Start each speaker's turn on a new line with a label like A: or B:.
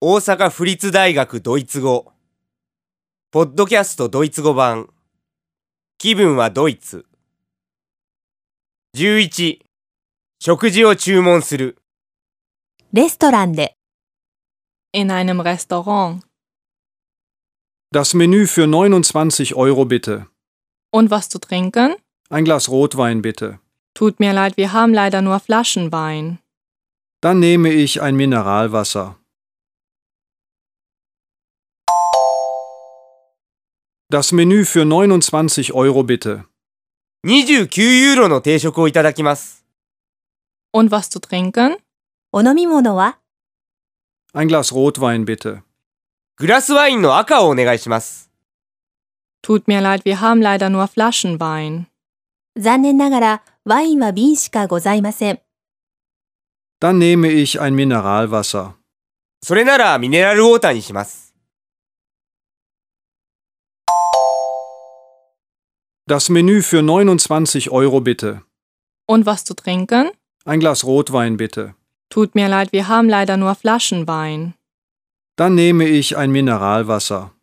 A: 大阪府立大学ドイツ語ポッドキャストドイツ語版気分はドイツ11食事を注文する
B: レストランで
C: In einem Restaurant.
D: Das Menü für 29 Euro bitte.
C: Und was zu trinken?
D: Ein Glas Rotwein bitte.
C: Tut mir leid, wir haben leider nur Flaschenwein.
D: Dann nehme ich ein Mineralwasser. Das Menü für 29 Euro bitte.
A: 29ユーロの定食をいただきます
C: Und was zu trinken?
B: お飲み物は
D: Ein Glas Rotwein bitte.
A: グラスワインの赤をお願いします
C: Tut mir leid, wir haben leider nur Flaschenwein.
B: 残念ながらワインは瓶しかございません。
D: Dann nehme ich ein Mineralwasser.
A: それならミネラルウォーターにします。
D: Das Menü für 29 Euro bitte.
C: Und was zu trinken?
D: Ein Glas Rotwein bitte.
C: Tut mir leid, wir haben leider nur Flaschenwein.
D: Dann nehme ich ein Mineralwasser.